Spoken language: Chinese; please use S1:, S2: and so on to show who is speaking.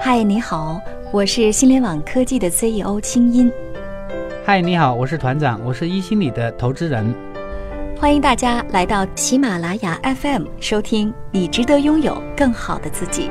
S1: 嗨，你好，我是新联网科技的 CEO 清音，
S2: 嗨，你好，我是团长，我是一心理的投资人。
S1: 欢迎大家来到喜马拉雅 FM 收听《你值得拥有更好的自己》。